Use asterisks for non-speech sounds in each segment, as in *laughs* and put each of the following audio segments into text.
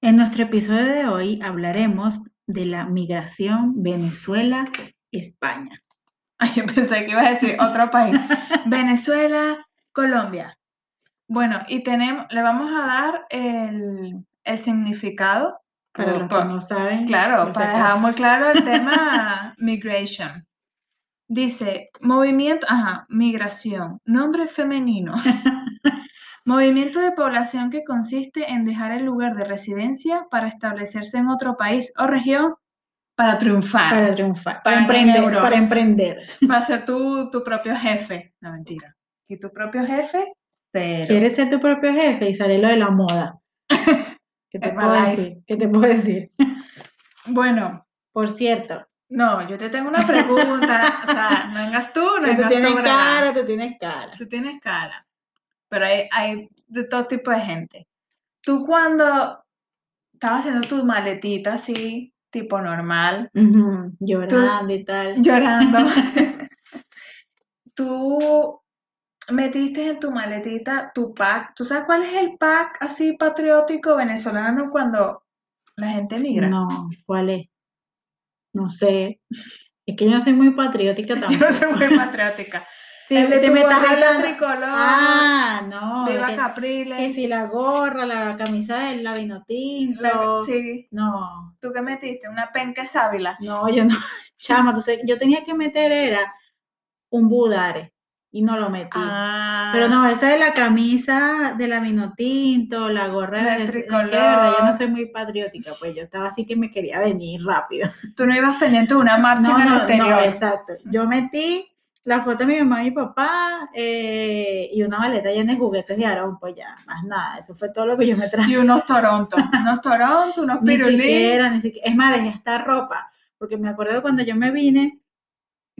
En nuestro episodio de hoy hablaremos de la migración Venezuela-España. *laughs* Ay, yo pensé que ibas a decir otro país. *laughs* Venezuela, Colombia. Bueno, y tenemos, le vamos a dar el, el significado. Para los que por- no saben, Claro, por si para acaso. dejar muy claro *laughs* el tema migration. Dice, movimiento, ajá, migración, nombre *laughs* femenino. movimiento de población que consiste en dejar el lugar de residencia para establecerse en otro país o región para triunfar, para para, triunfar, para para emprender, Europa. para emprender. ser tu, tu propio jefe. No, mentira. Y tu propio jefe, pero... Quieres ser tu propio jefe y sale lo de la moda. *laughs* ¿Qué te puedo Herbalife. decir? ¿Qué te puedo decir? Bueno, Por cierto, no, yo te tengo una pregunta. o sea, no vengas tú, *laughs* no tú vengas tú. tienes ¿verdad? cara, tú tienes cara. Tú tienes cara, pero hay, hay de todo tipo de gente. Tú cuando estabas haciendo tu maletita así, tipo normal, Ujú, Llorando y tal. *laughs* llorando, tú metiste en tu maletita tu pack. ¿Tú sabes cuál es el pack así patriótico venezolano cuando la gente migra? No, ¿cuál es? No sé. Es que yo no soy muy patriótica *laughs* *laughs* Yo no tampoco. soy *laughs* muy patriótica. Sí, el de se tu me está gorrita jalando. tricolor, Ah, no. viva que- Capriles. que si la gorra, la camisa del la vino tinto. la- sí. No, ¿Tú qué metiste? Una penque sábila. no, yo no. *laughs* Chama, tú sabes que yo tenía que meter era un budare y no lo metí. Ah. Pero no, eso de la camisa de la vino tinto, la gorra Del de es que de tricolor. verdad, yo no soy muy patriótica, pues yo estaba así que me quería venir rápido. *laughs* Tú no ibas pendiente de una marcha No, en el no, exterior. no, exacto. Yo metí la foto de mi mamá y mi papá eh, y una maleta llena de juguetes de Aarón, pues ya, más nada. Eso fue todo lo que yo me traje. Y unos Toronto, unos Toronto, *laughs* unos Ni pirulín. siquiera, ni siquiera. Es más, dejé esta ropa, porque me acuerdo que cuando yo me vine,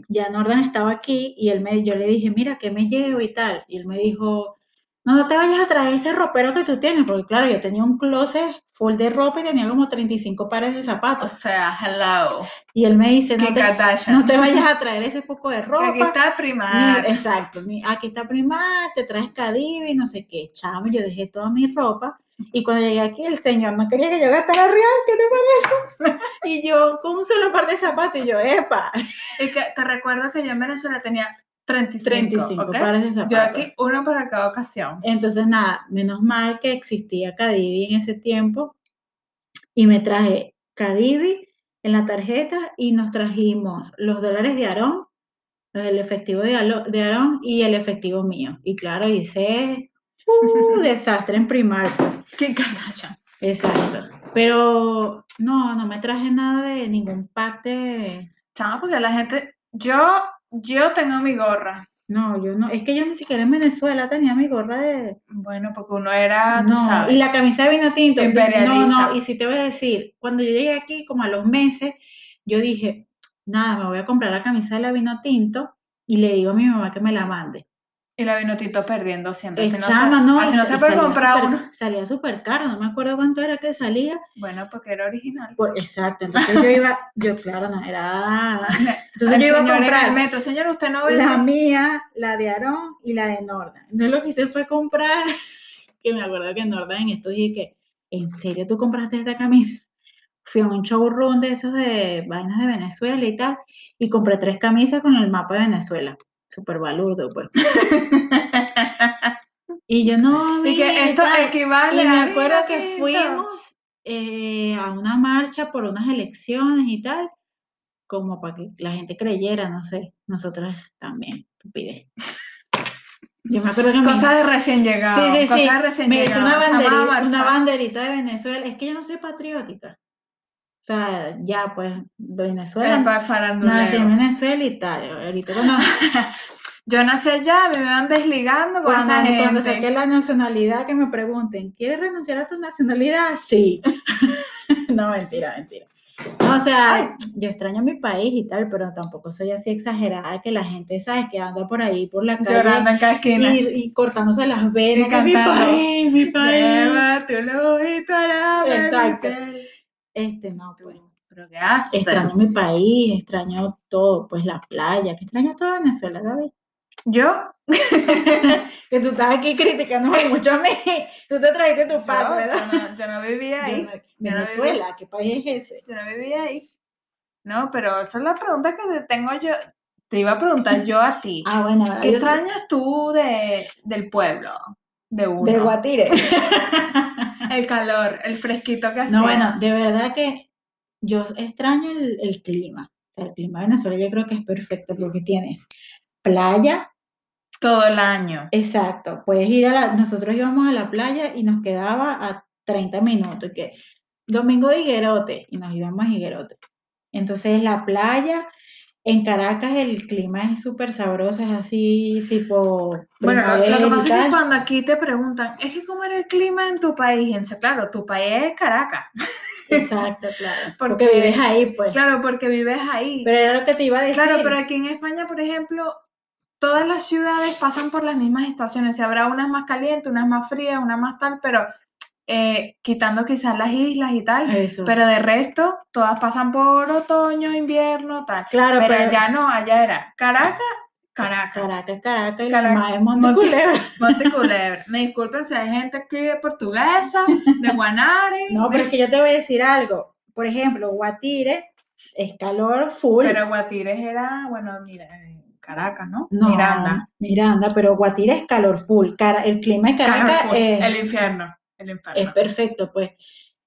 ya Nordan estaba aquí y él me, yo le dije, mira, ¿qué me llevo y tal? Y él me dijo, no, no te vayas a traer ese ropero que tú tienes, porque claro, yo tenía un closet full de ropa y tenía como 35 pares de O zapatos. sea, hello. Y él me dice, no Kim te, Kardashian. no te vayas a traer ese poco de ropa. eh, Aquí está Ni- prima. exacto, ni- aquí está Primar, te traes Cadivi, no sé qué, chamo, yo dejé toda mi ropa y cuando llegué aquí el señor no quería que yo gastara real, ¿qué te parece? *laughs* Y yo con un solo par de zapatos y yo, epa, Y que te recuerdo que yo en Venezuela tenía 35. 35 ¿ok? pares de Yo zapatos. aquí uno para cada ocasión. Entonces, nada, menos mal que existía Cadivi en ese tiempo y me traje Cadivi en la tarjeta y nos trajimos los dólares de Aarón, el efectivo de Alo- de Aarón y el efectivo mío. Y claro, hice uh, desastre en primar. pues. Kim Kardashian. Exacto. Pero no, no me traje nada de ningún pack de... Chama, porque la gente. Yo, yo tengo mi gorra. No, yo no, es que yo ni siquiera en Venezuela tenía mi gorra de... Bueno, porque uno era, Ah, tú No, sabes. y la camisa de vino tinto. Imperialista. No, no, y si te voy a decir, cuando yo llegué aquí, como a los meses, yo dije, nada, me voy a comprar la camisa de la vino tinto y le digo a mi mamá que me la mande. Y la vinotito perdiendo siempre. El Así no se- chama, no, así y no sa- se y puede salía comprar súper- uno. Salía súper caro, no me acuerdo cuánto era que salía. Bueno, porque era original. Por- exacto, entonces *laughs* yo iba, yo claro, no era... Entonces El yo iba a señor en el comprar metro, señor, usted no ve. la mía, la de Aarón y la de Norda. Entonces lo que hice fue comprar, *laughs* que me acuerdo que Norda en esto dije que, ¿en serio tú compraste esta camisa? Fui a un showroom de esos de vainas de Venezuela y tal, y compré tres camisas con el mapa de Venezuela. Súper balurdo, *laughs* pues. Y yo no vi. Y que esto Y equivale me a acuerdo mira, que Tito. fuimos eh, a una marcha por unas elecciones y tal, como para que la gente creyera, no sé, nosotras también, estupidez. Yo me acuerdo que me, Cosas de recién llegado. Sí, sí, sí. cosas de recién me hizo llegado. una, Vamos a banderi- marchar. una banderita de Venezuela. Es que yo no soy patriótica. O sea, ya pues, Venezuela. Eh, pa- faranduleo. nací en Venezuela y tal. Ahorita cuando, Yo nací allá, me van desligando con cuando, esa gente. cuando saqué la nacionalidad, que me pregunten, ¿quieres renunciar a tu nacionalidad? Sí. *laughs* no, mentira, mentira. No, o sea, Ay. yo extraño mi país y tal, pero tampoco soy así exagerada que la gente, ¿sabes? Que anda por ahí, por la calle. Llorando en cada Y, esquina. y cortándose las venas. Y que mi cantando. país, mi país. Lleva tu lujito a la Exacto. vertical. Este, no, pues. Pero qué haces. Extraño mi país, extraño todo, pues la playa, que extraño toda Venezuela, Gaby. ¿Yo? que tú estás aquí criticándome mucho a mí. Tú te trajiste tu Yo, padre, yo ¿verdad? no, yo no vivía ahí. Yo no- yo no Venezuela, ¿qué país es ese? Yo no vivía ahí. No, pero esa es la pregunta que te tengo yo. Te iba a preguntar yo a ti. Ah, bueno, ahora ¿Qué yo soy extrañas tú de, del pueblo? De uno. de *laughs* Guatire. El calor, el fresquito que hacía. No, bueno, de verdad que yo extraño el, el clima. O sea, el clima de Venezuela yo creo que es perfecto porque tienes playa, Todo el año. Exacto, puedes ir a la, nosotros íbamos a la playa y nos quedaba a 30 minutos, que domingo de Higuerote, y nos íbamos a Higuerote. Entonces la playa, en Caracas el clima es súper sabroso, es así tipo Bueno, lo- lo, primavera que y pasa es que tal. cuando aquí te preguntan, es que cómo era el clima en tu país, y entonces, claro, tu país es Caracas. Exacto, claro, *laughs* porque, Porque- vives ahí, pues. Claro, porque vives ahí. Pero era lo que te iba a decir. Claro, pero aquí en España, por ejemplo, todas las ciudades pasan por las mismas estaciones. Y habrá unas más calientes, unas más frías, unas más tal, pero eh, quitando quizás las islas y tal. Eso. Pero de resto, todas pasan por otoño, invierno, tal. claro, Pero, pero- allá no, allá era Caracas, Caracas, Caracas, Caracas, y lo Caracas, demás es Monte Monte- Culebra. *laughs* Monte Culebra. Me disculpen si hay gente aquí de Portuguesa, de Guanare. *laughs* No, pero es que yo te voy a decir algo. Por ejemplo, Guatire es calor full. Pero Guatires era, bueno, mira, en Caracas, ¿no? No, Miranda. Miranda, pero Guatire es calor full. Cara, el clima en Caracas Carrefour, es, pues, el infierno. El infierno. eh, es perfecto, pues.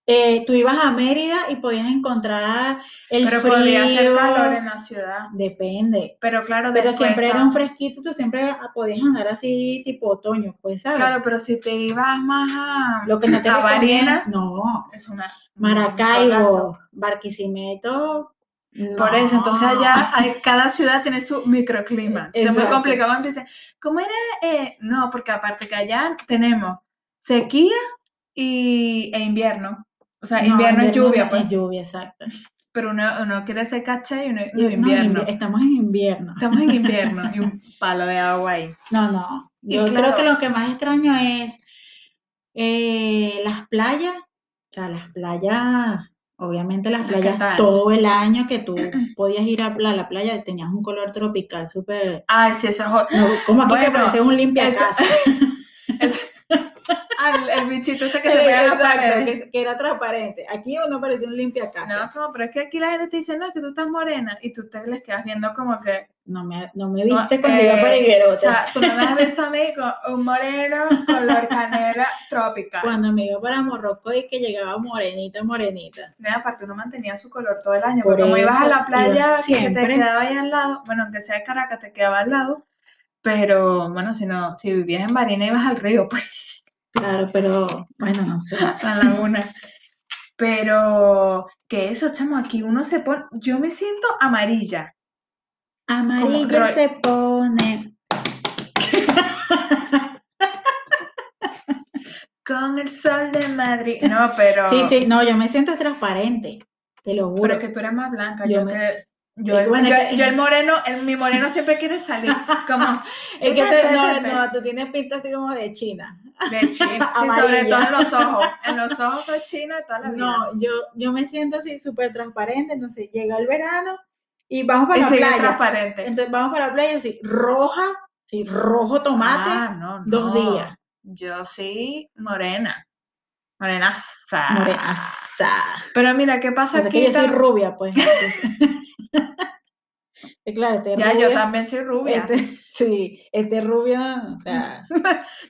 Eh, tú ibas a Mérida y podías encontrar el pero frío. podía hacer calor en la ciudad. Depende. Pero claro, Pero después siempre era está- un fresquito, tú siempre podías andar así tipo otoño, pues, ¿sabes? Claro, pero si te ibas más a, Lo que no te a recomiendo- Bariena, No. es una un Maracaibo, solazo. Barquisimeto. Por eso, entonces no. allá hay- cada ciudad tiene su microclima. Eso es muy Exacto. complicado. Cuando dicen, ¿cómo era? eh? No, porque aparte que allá tenemos sequía y, e invierno. O sea, No, invierno es lluvia, no, pues. es lluvia, exacto. Pero uno, uno quiere ser caché y uno, No, no, invierno. invi- Estamos en invierno. Estamos en invierno y *laughs* un palo de agua ahí. No, no. Y Yo creo claro- que lo que más extraño es eh, las playas. O sea, las playas, obviamente las Ah, ¿Qué playas tal? todo el año que *clears throat* tú podías ir a pla- la playa, tenías un color tropical súper... Ay, sí, eso es hor- No, como aquí que Bueno, parece un limpia eso- *laughs* casa. Ah, el- el bichito ese que se pega a la pared. que, que era transparente. Aquí uno parecía un limpia No, casa. chamo, pero es que aquí la gente te dice, no, que tú estás morena. Y tú te les quedas viendo como que. No, me, no me No, viste cuando eh, iba para Higuerote. O sea, tú no me has visto a mí con un moreno color canela tropical. cuando me iba para Morroco y que llegaba morenita, morenita. No, aparte uno mantenía su color todo el año. Por porque como ibas a eso, la playa, ibas que te siempre. quedaba ahí al lado. Bueno, aunque sea de Caracas, te quedaba al lado. Pero bueno, si no, si vivías en Barina, ibas al río, pues, Claro, pero bueno, no sé. a la laguna. Pero que eso, chamo, aquí uno se pone. Yo me siento amarilla. Amarillo Roy. se pone. Con el sol de Madrid. No, pero. Sí, sí, no, yo me siento transparente, te lo juro. Pero que tú eres más blanca. Yo Yo, me- te- yo, el, Bueno, yo- es que- yo el moreno, el- mi moreno siempre quiere salir como es que Espérate, tú- no, espérate. no, tú tienes pinta así como de china. *laughs* de china. Sí, Amarilla. sobre todo en los ojos. En los ojos soy china de toda la vida. No, yo, yo me siento así súper transparente, entonces llega el verano y vamos y para la soy playa. transparente. Entonces vamos para la playa así, roja, así, rojo tomate, Ah, no, no. dos días. Yo sí, morena. Morenaza. Morenaza. Pero mira, ¿qué O pasa sea, que aquí? ah, yo soy tam- rubia, pues. *laughs* Y claro, este Ya, rubio, yo también soy rubia. este- *laughs* sí, este rubio, o *laughs* sea,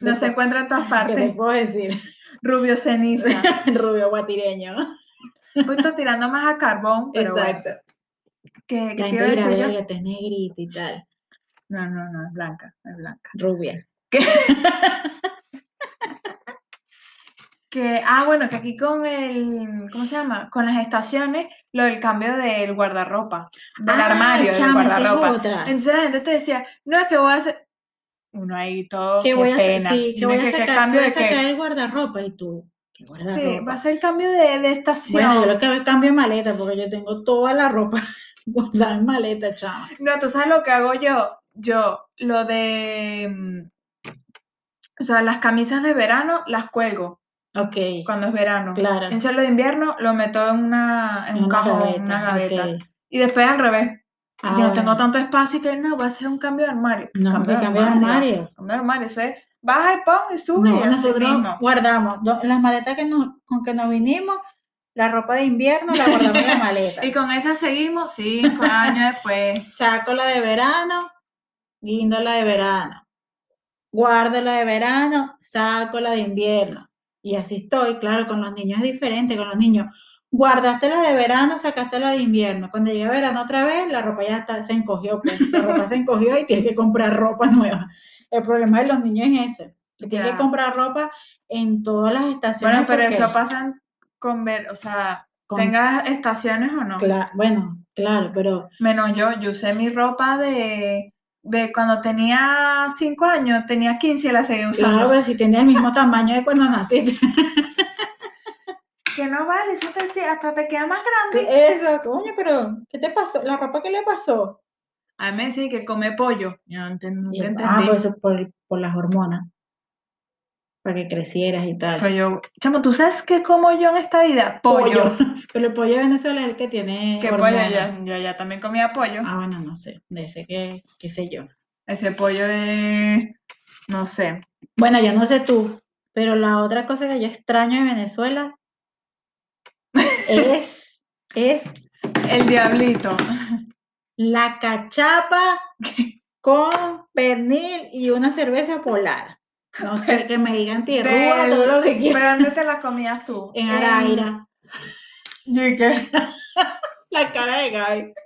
No se encuentra en todas ¿qué te partes. puedo decir? *laughs* Rubio ceniza. *laughs* Rubio guatireño. Pues estoy tirando más a carbón, pero bueno. Exacto. ¿Qué, qué La te iba a gente dirá, decir yo? "Verga, tú es negrita y tal. No, no, no, es blanca, es blanca. Rubia. Que, ah, bueno, que aquí con el, ¿cómo se llama? Con las estaciones, lo del cambio del guardarropa, del Ah, armario, del chama, esa es guardarropa. otra. Entonces la gente te decía, no, es que voy a hacer, uno ahí todo, Que qué voy a, pena. sí, que Uno voy a que- que sacar, cambio voy a de qué. sacar el guardarropa y tú, ¿qué Sí, va a guardarropa? ser el cambio de, de estación. bueno, yo lo que cambio de maleta porque yo tengo toda la ropa *laughs* guardada en maleta, chama. No, tú sabes lo que hago yo. Yo, lo de, mm, o sea, las camisas de verano las cuelgo Ok, cuando es verano. claro. Entonces lo de invierno lo meto en, una, en un una cajón, en una gaveta, gaveta. ok. Y después al revés. Ah, yo no tengo bueno. tanto espacio y que no, voy a hacer un cambio de armario. No, hombre, cambio de armario. Cambio de armario, eso es, baja y pon y sube y No, así nosotros *laughs* mismo. guardamos do- las maletas que nos, con que nos vinimos, la ropa de invierno la guardamos en la maleta. Y con esa seguimos cinco *laughs* años después. Saco la de verano, guindo la de verano. Guardo la de verano, saco la de invierno. Y así estoy, claro, con los niños es diferente, con los niños. Guardaste la de verano, sacaste la de invierno. Cuando llega verano otra vez, la ropa ya está, se encogió, pues. La ropa se encogió y tienes que comprar ropa nueva. El problema de los niños es ese. Que tienes que Ya. comprar ropa en todas las estaciones. Bueno, pero porque eso pasa en- con ver, o sea, con- tengas estaciones o no. cla- bueno, claro, pero Menos yo, yo usé mi ropa de, de cuando tenía 5 años, tenía 15 y la seguí claro, usando. pues, si tenía el mismo tamaño de cuando naciste. Que no vale, eso te, sí, hasta te queda más grande. Eso, coño, pero ¿qué te pasó? ¿La ropa qué le pasó? A mí me decían que come pollo. Yo no enten- nunca Y yo, entendí. ah, por eso, por, por las hormonas. Para que crecieras y tal. Pero yo, chamo, ¿tú sabes qué como yo en esta vida? Pollo. Pero el pollo *laughs* de Venezuela es el que tiene. ¿Qué pollo? hormonas. pues, Yo, yo ya también comía pollo. Ah, bueno, no sé. De ese que, qué sé yo. Ese pollo de... No sé. Bueno, yo no sé tú, pero la otra cosa que yo extraño de *laughs* Venezuela es, es El *laughs* diablito. la cachapa con pernil y una cerveza polar. No sé, que me digan tierrúa, Del- todo lo que quieran. ¿Pero dónde te la comías tú? En Araira. ¿Y qué? La cara de Gaby. *laughs*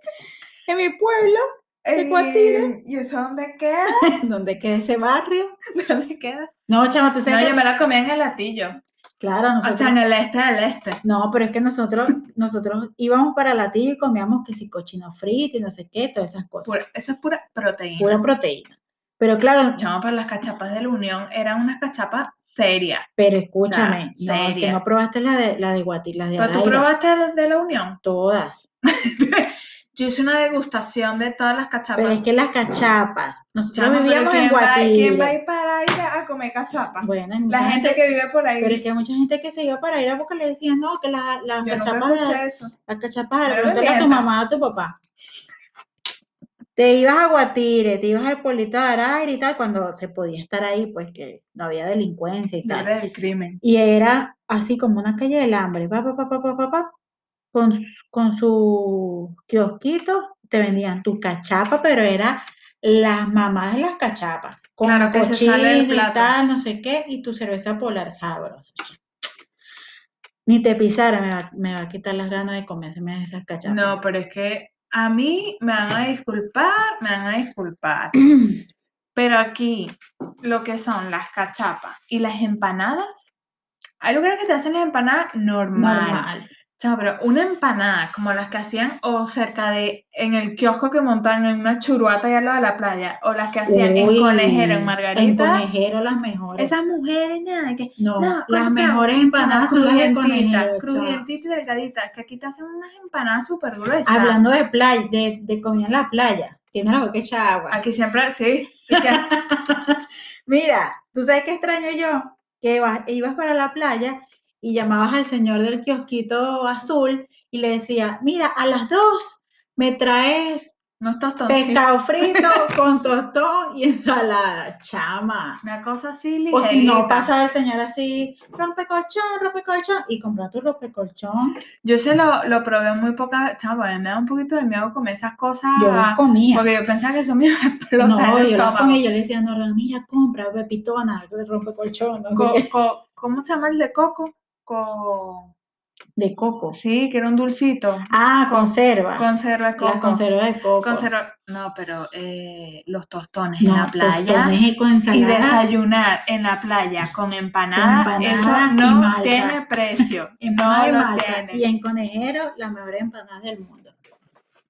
En mi pueblo, *laughs* En- Cuatire. ¿Y eso dónde *laughs* queda? donde queda ese barrio. ¿Dónde queda? No, chama, tú No, sabes. yo que- me la comía en el latillo. Claro, O nosotros. sea, en el este del este. No, pero es que nosotros, *laughs* nosotros íbamos para Latillo y comíamos que si cochino frito y no sé qué, todas esas cosas. Pura- eso es pura proteína. Pura proteína. Pero claro, Chamo, pero las cachapas de la Unión eran unas cachapas serias. pero escúchame, sea, no, es que seria. no probaste la de la de Guati, las de Pero tú Araira, probaste las de la Unión. todas. Yo hice una degustación de todas las cachapas. Pero es que las cachapas, nosotros Chamo, pero vivíamos en ¿quién va- ¿Quién va a Guatire. ir para ir a comer cachapas? Bueno, La mucha gente que vive por ahí. pero es que hay mucha gente que se iba para ir a porque le decían, no, que la- las Yo nunca cachapas de escuché eso. La cachapada, No le me preguntas a tu mientas. mamá, a tu papá. Te ibas a Guatire, te ibas al pueblito de Araire y tal, cuando se podía estar ahí, pues que no había delincuencia y Yo tal. era del crimen. Y era así como una calle del hambre, pa, pa, pa, pa, pa, pa, pa, con, s- con su kiosquito, te vendían tu cachapa, pero era las mamás de las cachapas, con Claro, que se sale del cochino y plato. tal, no sé qué, y tu cerveza polar sabrosa. Ni te pisara, me va, me va a quitar las ganas de comerme esas cachapas. No, pero es que a mí me van a disculpar, me van *clears throat* a disculpar. Pero aquí, lo que son las cachapas y las empanadas, hay lugares que te hacen las empanadas normal. normal. Chamo, pero una empanada como las que hacían o cerca de, en el kiosco que montaron en una churuata allá al lado de la playa, o las que hacían en Uy, Conejero, en En Margarita. conejero las mejores. esas mujeres, nada, que no, no, las corta, mejores empanadas son las de conejero. crudientitas, chao. crudientitas y delgaditas, que aquí te hacen unas empanadas súper gruesas. Hablando de playa, de, de comida en la playa, tienes la boca hecha agua. Aquí siempre, sí. y que- *laughs* Mira, tú sabes qué extraño yo, que ibas, ibas para la playa y llamabas al señor del kiosquito azul y le decía, mira, a las dos me traes no estás tan pescado *laughs* frito con tostón y ensalada, chama. Una cosa así O si no, ligerita. pasa el señor así, rompe colchón, rompe colchón, y compra tu rompe colchón. Yo se lo, lo probé muy poca, chamo, a mí me da un poquito de miedo comer esas cosas, Yo las comía. Ah, porque yo pensaba que eso me iba a explotar No, el yo las estómago. comía, yo le decía a Norma, mira, compra, pepitona, rompe colchón, no sé Co- qué. co- ¿Cómo se llama el de coco? Co- De coco. sí, que era un dulcito. Ah, conserva. Conserva Las coco. conservas de coco. Conserva- No, pero eh, los tostones No, pues, en la playa. tostones con Y ensalada. desayunar en playa con empanada, Con empanada eso y no malta. tiene *laughs* precio. Empanada no de lo malta. tiene. Y en conejero, las mejores empanadas del mundo.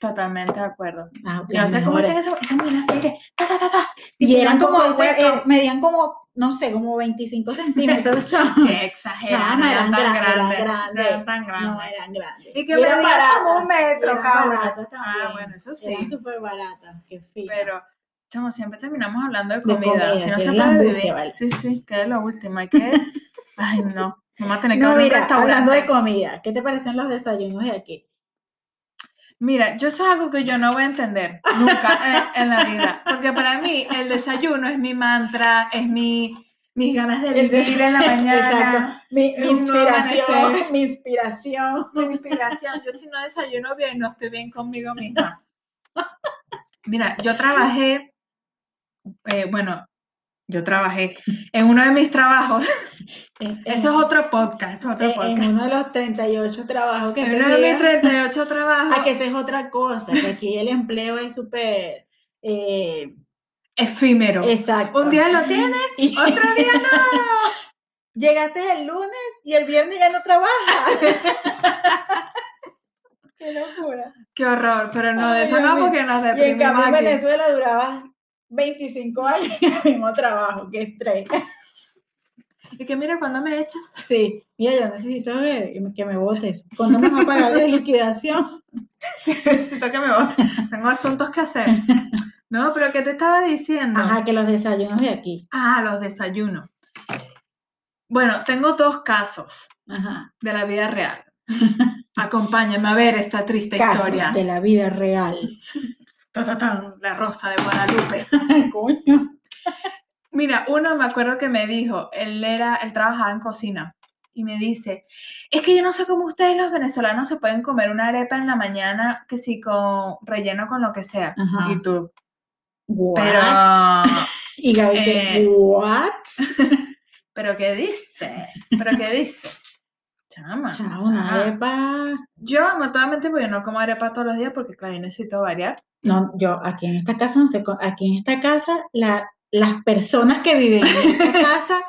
Totalmente de acuerdo. Ah, Yo no las sé cómo mejores. hacen eso, esas mujeres así *laughs* que ta, ta, ta, ta. Y eran como, un poco de eh, hueco. medían como, no sé, como 25 *laughs* centímetros, *laughs* chama. Qué exagerado, Chama, no eran eran tan grandes, eran grandes, no grandes. eran tan No, grandes. eran grandes. Ah, Y que eran medían como baratas, un metro eran cada una. baratas también. Ah, bueno, eso sí. Eran súper baratas, qué fino. Pero, chamo, siempre terminamos hablando de De comida. comida, si no que se es la puede angustia, vivir. vale. Sí, sí, que es lo último. Hay que. Ay, no. Vamos a tener que no, abrir un mira, hablando de restaurante. comida, ¿qué te parecen los desayunos de aquí? Mira, yo sé algo que yo no voy a entender nunca eh, en, en la vida, porque para mí el desayuno es mi mantra, es mi, mis ganas de El *laughs* vivir en la mañana, Exacto. Mi, mi un nuevo amanecer. inspiración, *laughs* mi inspiración. mi inspiración. Yo si no desayuno bien, no estoy bien conmigo misma. Mira, yo trabajé, eh, bueno, yo trabajé en uno de mis trabajos, *laughs* eso es otro podcast, otro Eh, en, podcast. en uno de los 38 trabajos que En te uno de mis dieron. 38 *laughs* trabajos Ah, que esa es otra cosa, que aquí el empleo es súper... eh, efímero. exacto. Un día lo tienes, Y- otro día no. *laughs* Llegaste el lunes y el viernes ya no *laughs* trabajas. Qué locura. Qué horror, pero no, de Ay, eso Dios no, mío. porque nos Y en deprimimos cambio en aquí. Venezuela duraba 25 años *laughs* en el mismo trabajo, que estrés. Y que mira, cuando me echas, *laughs* Sí, mira, yo necesito que, que me- que me votes. Cuando me va a pagar de liquidación? necesito que me bote. Tengo asuntos *laughs* que hacer. No, pero ¿qué te estaba diciendo? Ajá, que los desayunos de aquí. Ah, los desayunos. Bueno, tengo dos casos Ajá. de la vida *laughs* real. Acompáñame a ver esta triste Casos historia. de la vida real. Ta, ta, tan, La Rosa de Guadalupe. *laughs* Coño. Mira, uno me acuerdo que me dijo, él era, él trabajaba en cocina y me dice, es que yo no sé cómo ustedes los venezolanos se pueden comer una arepa en la mañana que si con relleno con lo que sea. Ajá. Y tú, What? pero, y Gaby, que, eh, ¿what? pero ¿qué dice? ¿Pero qué dice? Chama. o Chao, sea, una arepa. Yo, no te voy a mentir, porque yo no como arepa todos los días porque, claro, yo necesito variar. No, yo aquí en esta casa no sé, co- aquí en esta casa la- las personas que viven en *laughs* esta casa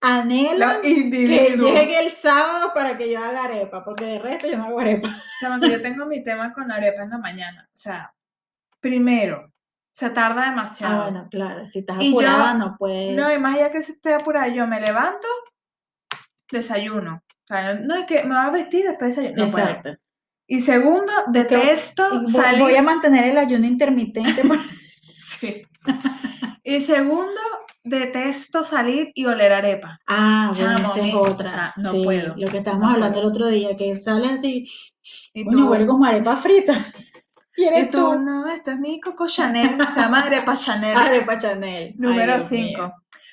anhelan Los que individuos. llegue el sábado para que yo haga arepa, porque de resto yo no hago arepa. Chama, que yo tengo mi tema con la arepa en la mañana. O sea, primero, se tarda demasiado. Ah, bueno, claro, si estás Y yo- apurada no puedes. No, y más allá que si estoy apurada, yo me levanto, desayuno. O sea, no es que me va a vestir después desayuno. No puedo. Exacto. Y segundo, Y detesto vo- salir. Voy a mantener el ayuno intermitente. pues. por- *laughs* Sí. Y segundo, detesto salir y oler arepa. *laughs* Ah, bueno, Chamo, esa es amigo, o otra. sea, no Sí, puedo, Lo que estábamos no hablando puedo. el otro día, que sales así, Y coño, tú, huele como arepa frita. *laughs* Y y eres tú, tú. no, esto es mi Coco Chanel, se llama arepa Chanel. Arepa Chanel. Ay, Número Dios mío. 5.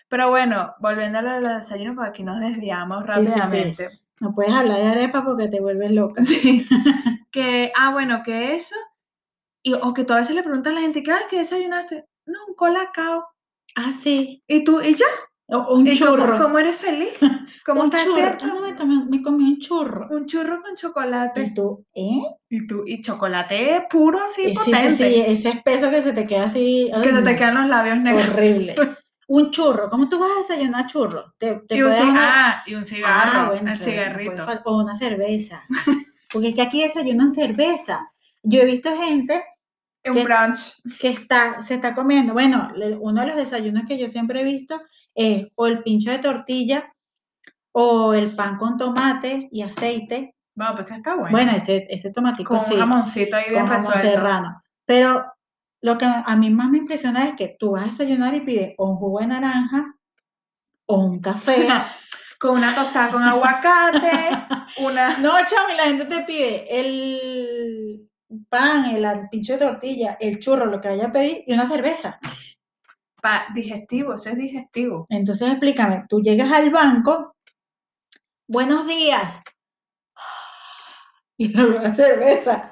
Pero bueno, volviendo al desayuno, porque aquí nos desviamos Sí, sí, sí. rápidamente. No puedes hablar de arepa porque te vuelves loca. *laughs* Sí. que, ah, bueno, que eso. Y, o que tú a veces le preguntas a la gente, ¿qué, ay, ¿qué desayunaste? No, un colacao. Ah, sí. Y tú, y ya, O- un ¿Y cómo, churro. cómo eres feliz? *laughs* ¿Cómo un estás churro. cierto? Ah, no, me, tomé- me comí un churro. Un churro con Y chocolate. tú, ¿eh? Y tú, y chocolate puro, así Eh, sí, sí, potente. sí, ese espeso que se te queda así. ay, Que se no, te quedan los labios negros. *laughs* Horrible. un churro. ¿Cómo tú vas a desayunar churro? Te, te Y un, puedes ci- dar- ah, y un cigarro, Ah, bueno, el se- no puede cigarrito. fal- o una *laughs* cerveza. Porque es que aquí desayunan cerveza. Yo he visto gente Un ¿Qué? brunch. que está, se está comiendo. Bueno, le- uno de los desayunos que yo siempre he visto es o el pincho de tortilla o el pan con tomate y aceite. Bueno, pues está bueno. Bueno, ese, ese tomatico con sí, un jamoncito ahí bien con jamón resuelto. serrano. Pero lo que a mí más me impresiona es que tú vas a desayunar y pides o un jugo de naranja o un café. Con una tostada con aguacate, *laughs* una... no, chami, la gente te pide el pan, el, el pincho de tortilla, el churro, lo que vaya a pedir y una cerveza. pa- digestivo, eso es digestivo. Entonces explícame, tú llegas al banco, buenos días. Y una *laughs* cerveza.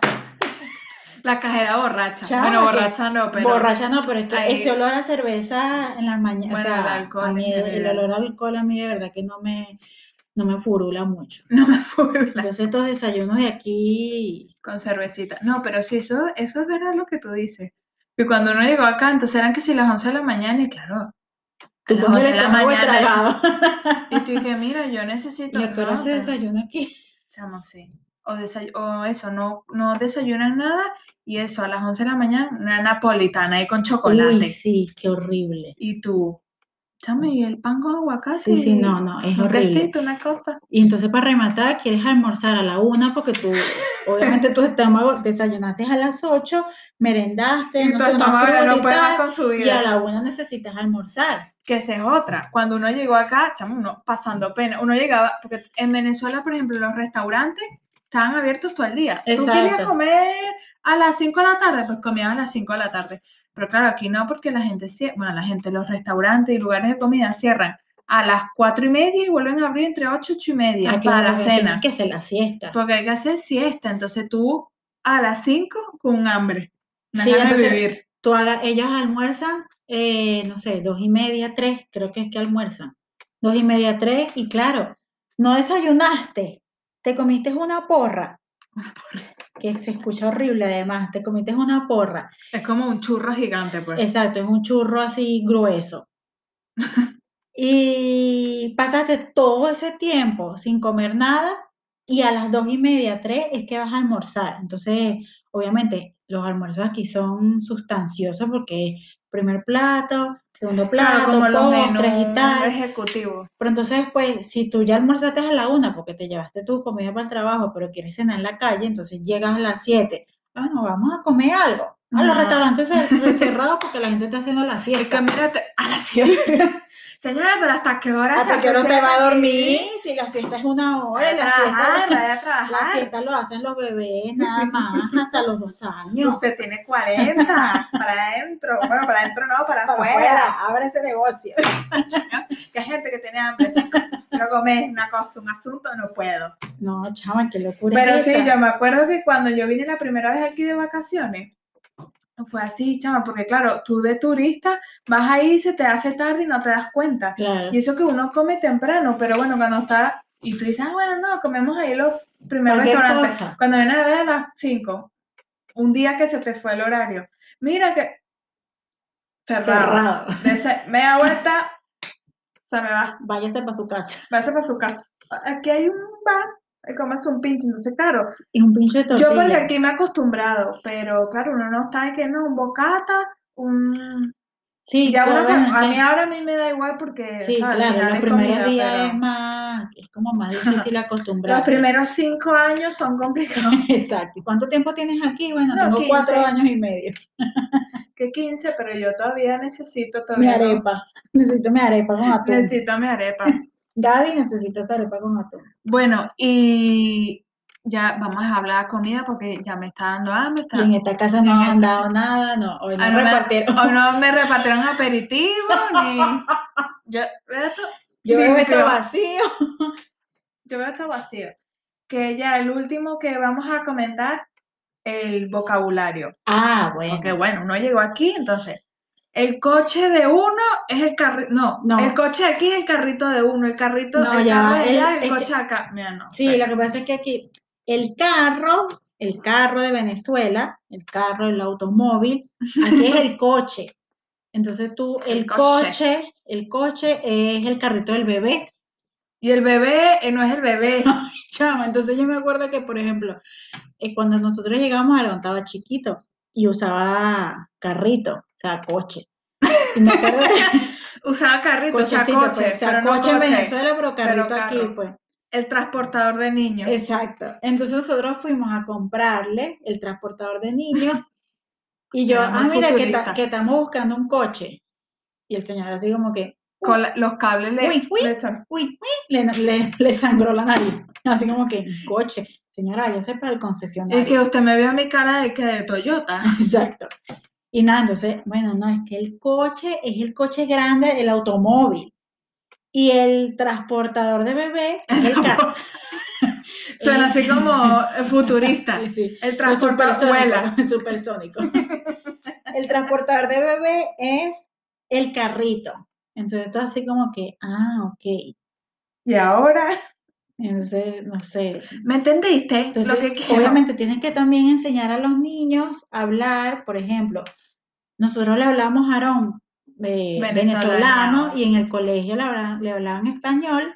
La cajera borracha. Chama, bueno, que- borracha no, pero. Borracha no, pero es que ahí- ese olor a cerveza en la mañana, Bueno, o sea, el alcohol a mí en el general. olor al alcohol a mí de verdad que no me, no me furula mucho. *laughs* No me furula. Entonces estos desayunos de aquí, Con cervecita. No, pero sí, eso, eso es verdad lo que tú dices. Que cuando uno llegó acá, entonces eran que si las 11 de la mañana, y claro. a tú las comes 11 el de la estómago mañana. *laughs* tragado. Y tú y que, mira, yo *laughs* necesito. ¿Y a qué hora no, se pero- desayuna aquí? chamo, sí. O, desay- o eso, no, no desayunas nada. Y eso, a las 11 de la mañana, una napolitana ahí con chocolate. Uy, sí, qué horrible. Y tú, chamo, y el pan con aguacate. Sí, sí, no, no, es Un horrible. tecito, una cosa. Y entonces para rematar, quieres almorzar a la una porque tú, obviamente tu estómago, desayunaste a las ocho, merendaste, Y no tu sé, una estómago ya fruta no y puede más tal, con su vida. y a la una necesitas almorzar. que esa es otra. Cuando uno llegó acá, chamo, uno pasando pena. Uno llegaba, porque en Venezuela, por ejemplo, los restaurantes estaban abiertos todo el día. Tú Exacto. querías comer a las 5 de la tarde, pues comías a las 5 de la tarde. Pero claro, aquí no, porque la gente, cie- bueno, la gente, los restaurantes y lugares de comida cierran a las 4 y media y vuelven a abrir entre 8 y 8 y media Ah, para claro, la es que hay cena. Que se la siesta. Porque hay que hacer siesta, entonces tú a las 5 con hambre. Una Sí, gana de entonces- vivir. Tú haga- ellas almuerzan, eh, no sé, dos y media, tres, creo que es que almuerzan. Dos y media, tres, y claro, no desayunaste, te comiste una porra, que se escucha horrible además, te comiste una porra. Es como un churro gigante, pues. Exacto, es un churro así grueso. Y pasaste todo ese tiempo sin comer nada y a las dos y media, tres es que vas a almorzar. Entonces, obviamente, los almuerzos aquí son sustanciosos porque es primer plato, segundo Claro, plato, como los postres menús y tal. ejecutivos. Pero entonces, pues, si tú ya almorzaste a la una porque te llevaste tu comida para el trabajo, pero quieres cenar en la calle, entonces llegas a las siete. Bueno, vamos a comer algo. A los No. restaurantes cer- *laughs* cerrados porque la gente está haciendo la Y que siesta. mira, te- a las *laughs* 7. Señora, pero ¿hasta qué hora? ¿Hasta se qué hora te hace va a dormir? aquí? Si la siesta es una hora, Vaya la a trabajar, siesta, vaya *laughs* a la trabajar. siesta lo hacen los bebés nada más hasta los dos años. Usted tiene 40, para adentro. Bueno, para adentro no, para, Para afuera. afuera, abre ese negocio. *laughs* Que hay gente que tiene hambre, chicos. No comer una cosa, un asunto, no puedo. No, chama, qué locura. Pero es sí, esa. yo me acuerdo que cuando yo vine la primera vez aquí de vacaciones, fue así, chama, porque claro, tú de turista vas ahí, se te hace tarde y no te das cuenta. Claro. Y eso que uno come temprano, pero bueno, cuando está, y tú dices, ah, bueno, no, comemos ahí los primeros Cualquier restaurantes. cosa. Cuando viene a ver a las 5, un día que se te fue el horario, mira que cerrado. Cerrado. De ese- media vuelta, se me va, Váyase para su casa. váyase para su casa. Aquí hay un bar, ahí comes un pinche, entonces claro, Y un pinche de tortilla. yo porque aquí me he acostumbrado, pero claro, uno no está de que no, un bocata, un... Sí, Ya uno se- a obviamente. mí ahora a mí me da igual porque Sí, ¿sabes? Al claro, final los es primeros comida, días pero- es más, es como *laughs* más difícil Los acostumbrarse. primeros cinco años son complicados. *laughs* Exacto. ¿Y cuánto tiempo tienes aquí? Bueno, No, tengo cuatro 15. años y medio. Que 15, pero yo todavía necesito Mi *laughs* todavía. no- arepa. Necesito mi arepa *laughs* con atún. Necesito mi arepa. Gaby necesita esa arepa con atún. Bueno, y ya vamos a hablar de comida porque ya me está dando hambre. está- Y en esta casa no Ah. En han esta- dado nada, no, hoy no Ah, no me- repartieron. *laughs* *laughs* o no me repartieron aperitivo ni. Yo veo esto, *laughs* Yo veo esto limpio. vacío. yo veo esto vacío. Que ya el último que vamos a comentar, el vocabulario. Ah, bueno. Porque bueno, uno llegó aquí, entonces. El coche de uno es el carrito. No, No. el coche aquí es el carrito de uno, el carrito No, el ya carro va, de el- allá, el, es que- coche acá. Mira, no. Sí, lo que pasa es que aquí el carro, el carro de Venezuela, el carro, el automóvil, aquí es el coche. Entonces tú, el, *laughs* El coche. coche. el coche es el carrito del bebé. *laughs* Y el bebé eh, no es el *laughs* bebé. Chama, entonces yo me acuerdo que, por ejemplo, eh, cuando nosotros llegamos, Aaron estaba chiquito y usaba carrito, o sea, coche. Y me acuerdo *laughs* Usaba carrito, o sea, Cochecito, coche, pues, o sea, pero no coche en coche. Venezuela, pero carrito aquí, carro. pues. El transportador de niños. Exacto. Entonces nosotros fuimos a comprarle el transportador de niños y yo, Era muy ah, mira, que, ta- futurista. que estamos buscando un coche. Y el señor así como que, Con la- los cables le, Uy, uy. le echan- uy, uy, le, le- le sangró la nariz. Así como que, coche. Señora, ya sepa el concesionario. Es que usted me vio mi cara de que de *laughs* Toyota. Exacto. Y nada, entonces, bueno, no, es que el coche es el coche grande, el automóvil. Y el transportador de *laughs* bebé es el *laughs* carro. Suena así como *laughs* eh, futurista. Sí, sí. El Lo transportador vuela. *laughs* supersónico, supersónico. *laughs* El transportador de bebé es el carrito. Entonces todo así como que, ah, ok. Y ahora. Entonces, no sé. ¿Me entendiste? Entonces, lo que quiero. *laughs* obviamente tienen que también enseñar a los niños a hablar, por ejemplo, nosotros le hablamos a Aarón eh, venezolano. Venezolano. y en el colegio le hablaban, le hablaban español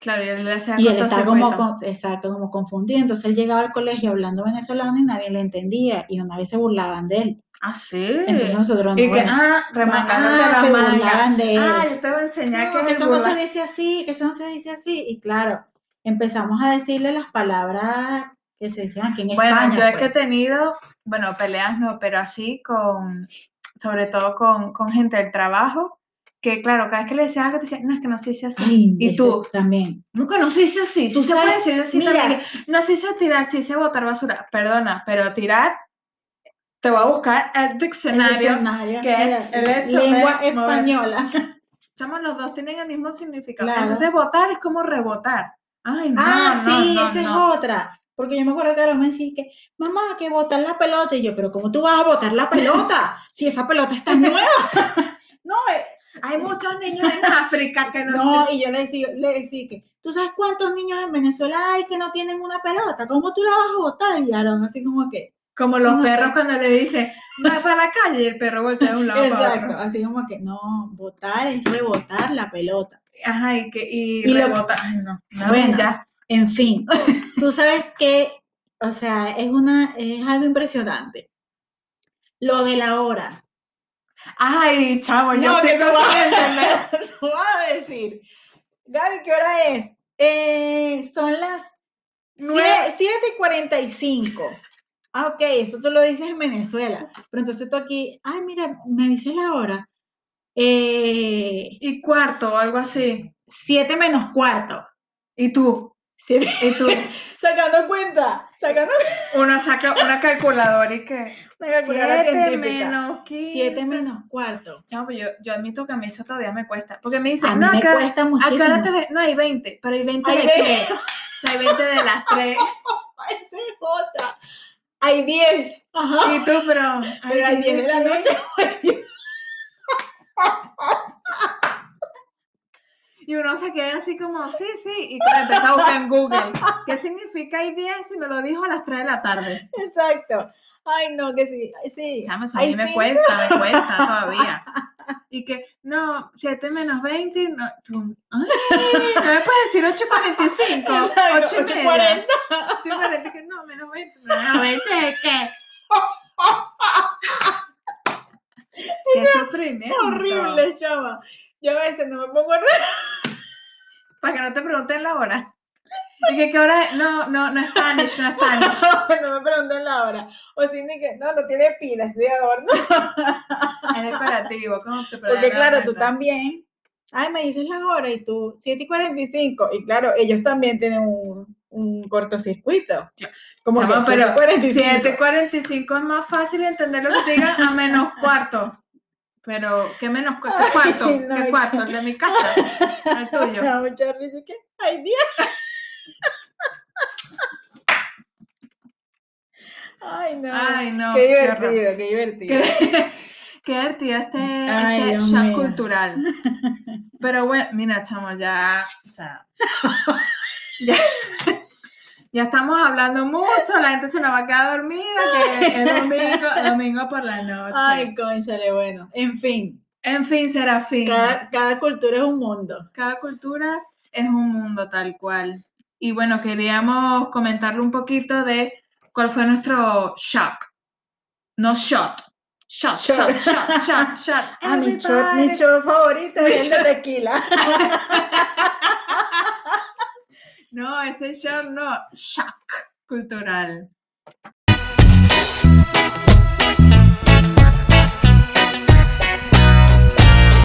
Claro, y él le hacía y él estaba como, cortocircuito. con- exacto, como confundido. Entonces él llegaba al colegio hablando venezolano y nadie le entendía y una vez se burlaban de él. Ah, sí. Entonces nosotros y no, que, bueno, ah, remangándote ah, la se manga. burlaban de él. Ah, yo te voy a enseñar No, que es el eso no se burla. dice así, que eso no se dice así. Y claro, empezamos a decirle las palabras que se dicen aquí en Bueno, España. yo es que pues. he tenido, bueno, peleas no, pero así con, sobre todo con, con gente del trabajo, que claro, cada vez que le decían algo te decían, no, es que no se dice así. Ay, Y eso tú. también. No, que no se dice así. Tú Sí se puede sabes, decir así mira. también. que No se dice tirar, se dice botar basura. Perdona, pero tirar, te voy a buscar el diccionario. Diccionario, que es mira, el hecho de lengua mover- española. Chamo, los dos tienen el mismo significado. Claro. Entonces, botar es como rebotar. Ay, *laughs* no, ah, no, sí, no, esa no. es otra. Porque yo me acuerdo que ahora me decía que, mamá, que botar la pelota. Y yo, pero ¿cómo tú vas a botar la *laughs* pelota? si esa pelota está nueva. *laughs* no, eh, Hay muchos niños en África que no, no, y yo le decía, le decía que, ¿tú sabes cuántos niños en Venezuela hay que no tienen una pelota? ¿Cómo tú la vas a botar? Y Aaron, así como que, Como los No. perros cuando le dicen, va para la calle y el perro voltea de un lado para exacto, otro. así como que, no, botar es rebotar la pelota. Ajá, y, que, y, Y lo- rebota. Ay, no. no, Bueno. ya. En fin, *laughs* tú sabes que, o sea, es una, es algo impresionante. Lo de la hora. Ay, chavo, yo No, sé que que no vas vas a entender. Te voy a decir, Gaby, ¿qué hora es? Eh, son las Nueve. 7:45. Ah, ok, eso tú lo dices en Venezuela. Pero entonces tú aquí, ay, mira, me dice la hora. Eh, Y cuarto, o algo así. 7 menos cuarto. Y tú, Siete- *laughs* y tú. sacando cuenta, sacando Uno saca una calculadora y que. calculadora Siete científica. menos 15. 7 menos cuarto. Chavo, yo, yo admito que a mí eso todavía me cuesta. Porque me A dicen, mí no, me acá, cuesta ¿a qué hora muchísimo. *laughs* te ve? No, hay 20, pero hay 20 Hay de 20. qué? O sea, hay 20 de las 3. Esa es otra. Hay 10. Ajá. *laughs* Y tú, pero. Pero hay 10 de la noche. Y uno se queda así como, sí, sí, y empezó a buscar en Google. ¿Qué significa I-10 si me lo dijo a las 3 de la tarde? Exacto. Ay, no, que sí. ay, Sí. Chamo, eso a Ay, mí me sí. cuesta, me cuesta todavía. Y que, no, 7 menos 20, no, tú, ay, no me puedes decir *laughs* 8.45, Exacto, 8 y media. 8:40. 8.40, que no, menos 20, menos 20, ¿de *laughs* qué? Qué sufrimiento. Horrible, chava. Yo a veces no me pongo en Para que no te pregunten la hora. Y que, ¿qué hora es? No, no, no es Spanish, no es Spanish. *laughs* no me preguntan la hora. O si ni que, no, no tiene pilas de adorno. Es decorativo, ¿cómo te Porque podrás dar claro, tú cuenta? también. Ay, me dices la hora y tú, 7 y 45. Y claro, ellos también tienen un, un cortocircuito. Como que Chama, pero 7:45. 7.45 es más fácil entender lo que te digan a menos cuarto. Pero, ¿qué menos cu- qué cuarto? Ay, no, ¿Qué ya. cuarto? El de mi casa. *laughs* No el tuyo. Me da mucha risa que, ay, *laughs* Dios. Ay, no. Ay, no. qué horror. *laughs* divertido, qué divertido. Qué, qué divertido este, Ay, este Dios shock mío. *laughs* cultural. Pero bueno, mira, chamo, ya. o sea, ya, ya estamos hablando mucho, la gente se nos va a quedar dormida, que es domingo, *laughs* domingo por la noche. Ay, conchale, bueno. En fin, En fin, Serafín. cada, cada cultura es un mundo. cada cultura es un mundo tal cual. Y bueno, queríamos comentarle un poquito de cuál fue nuestro shock. No shot. Shot, shot, Shock. shot, shot, *laughs* shot. Ah, mi show, Everybody. mi show favorito Mi es el de tequila. No, ese shock no. Shock cultural.